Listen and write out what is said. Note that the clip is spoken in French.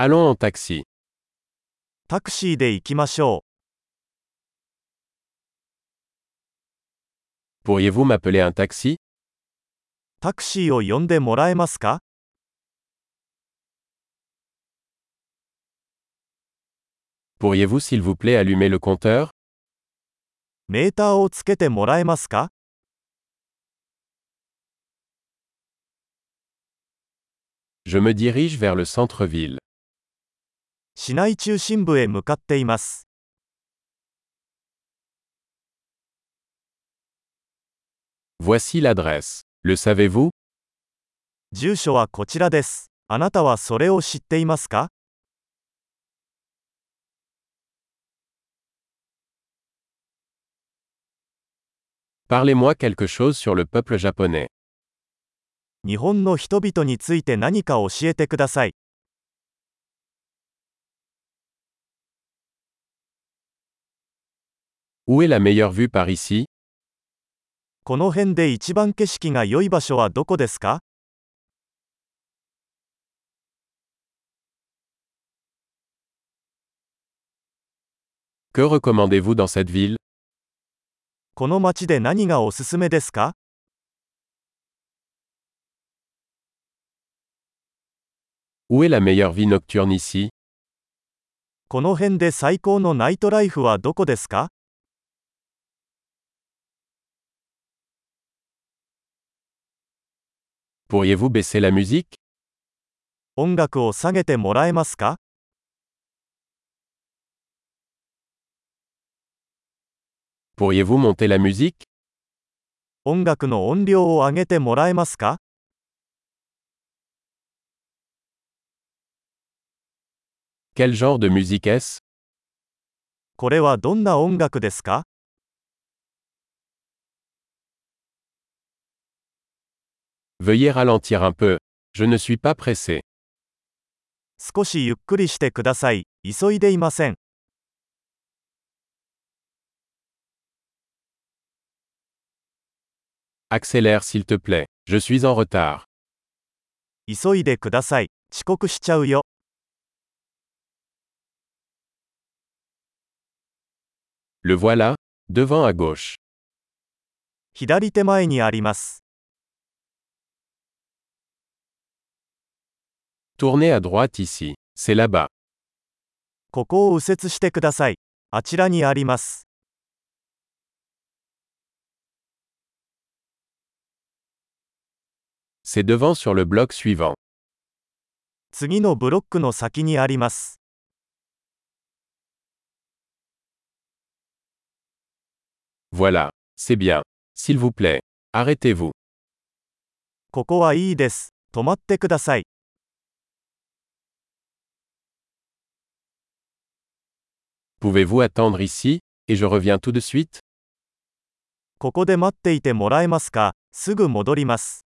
Allons en taxi. タクシーで行きましょ Pourriez-vous m'appeler un taxi う。タクシーを呼んでもらえますか Pourriez-vous s'il vous plaît allumer le compteur メーターをつけてもらえますか Je me dirige vers le centre-ville. 市内中心部へ向かっています。 Voici l'adresse. Le savez-vous 住所はこちらです。あなたはそれを知っていますか Parlez-moi quelque chose sur le peuple japonais. 日本の人々について何か教えてください。 Où est la meilleure vue par ici この辺で一番景色が良い場所はどこですか Que recommandez-vous dans cette ville この街で何がおすすめですか Où est la meilleure vie nocturne ici この辺で最高のナイトライフはどこですか Pourriez-vous baisser la musique 音楽を下げてもらえますか Pourriez-vous monter la musique 音楽の音量を上げてもらえますか Quel genre de musique est-ce これはどんな音楽ですか Veuillez ralentir un peu. Je ne suis pas pressé. 少しゆっくりしてください。急いでいません。 Accélère s'il te plaît. Je suis en retard. 急いでください。遅刻しちゃうよ。 Le voilà, devant à gauche. 左手前にあります。 Tournez à droite ici. C'est là-bas. ここを右折してください。あちらにあります。 C'est devant sur le bloc suivant. 次のブロックの先にあります。 Voilà. C'est bien. S'il vous plaît. Arrêtez-vous. ここはいいです。止まってください。 Pouvez-vous attendre ici, et je reviens tout de suite ここで待っていてもらえますかすぐ戻ります。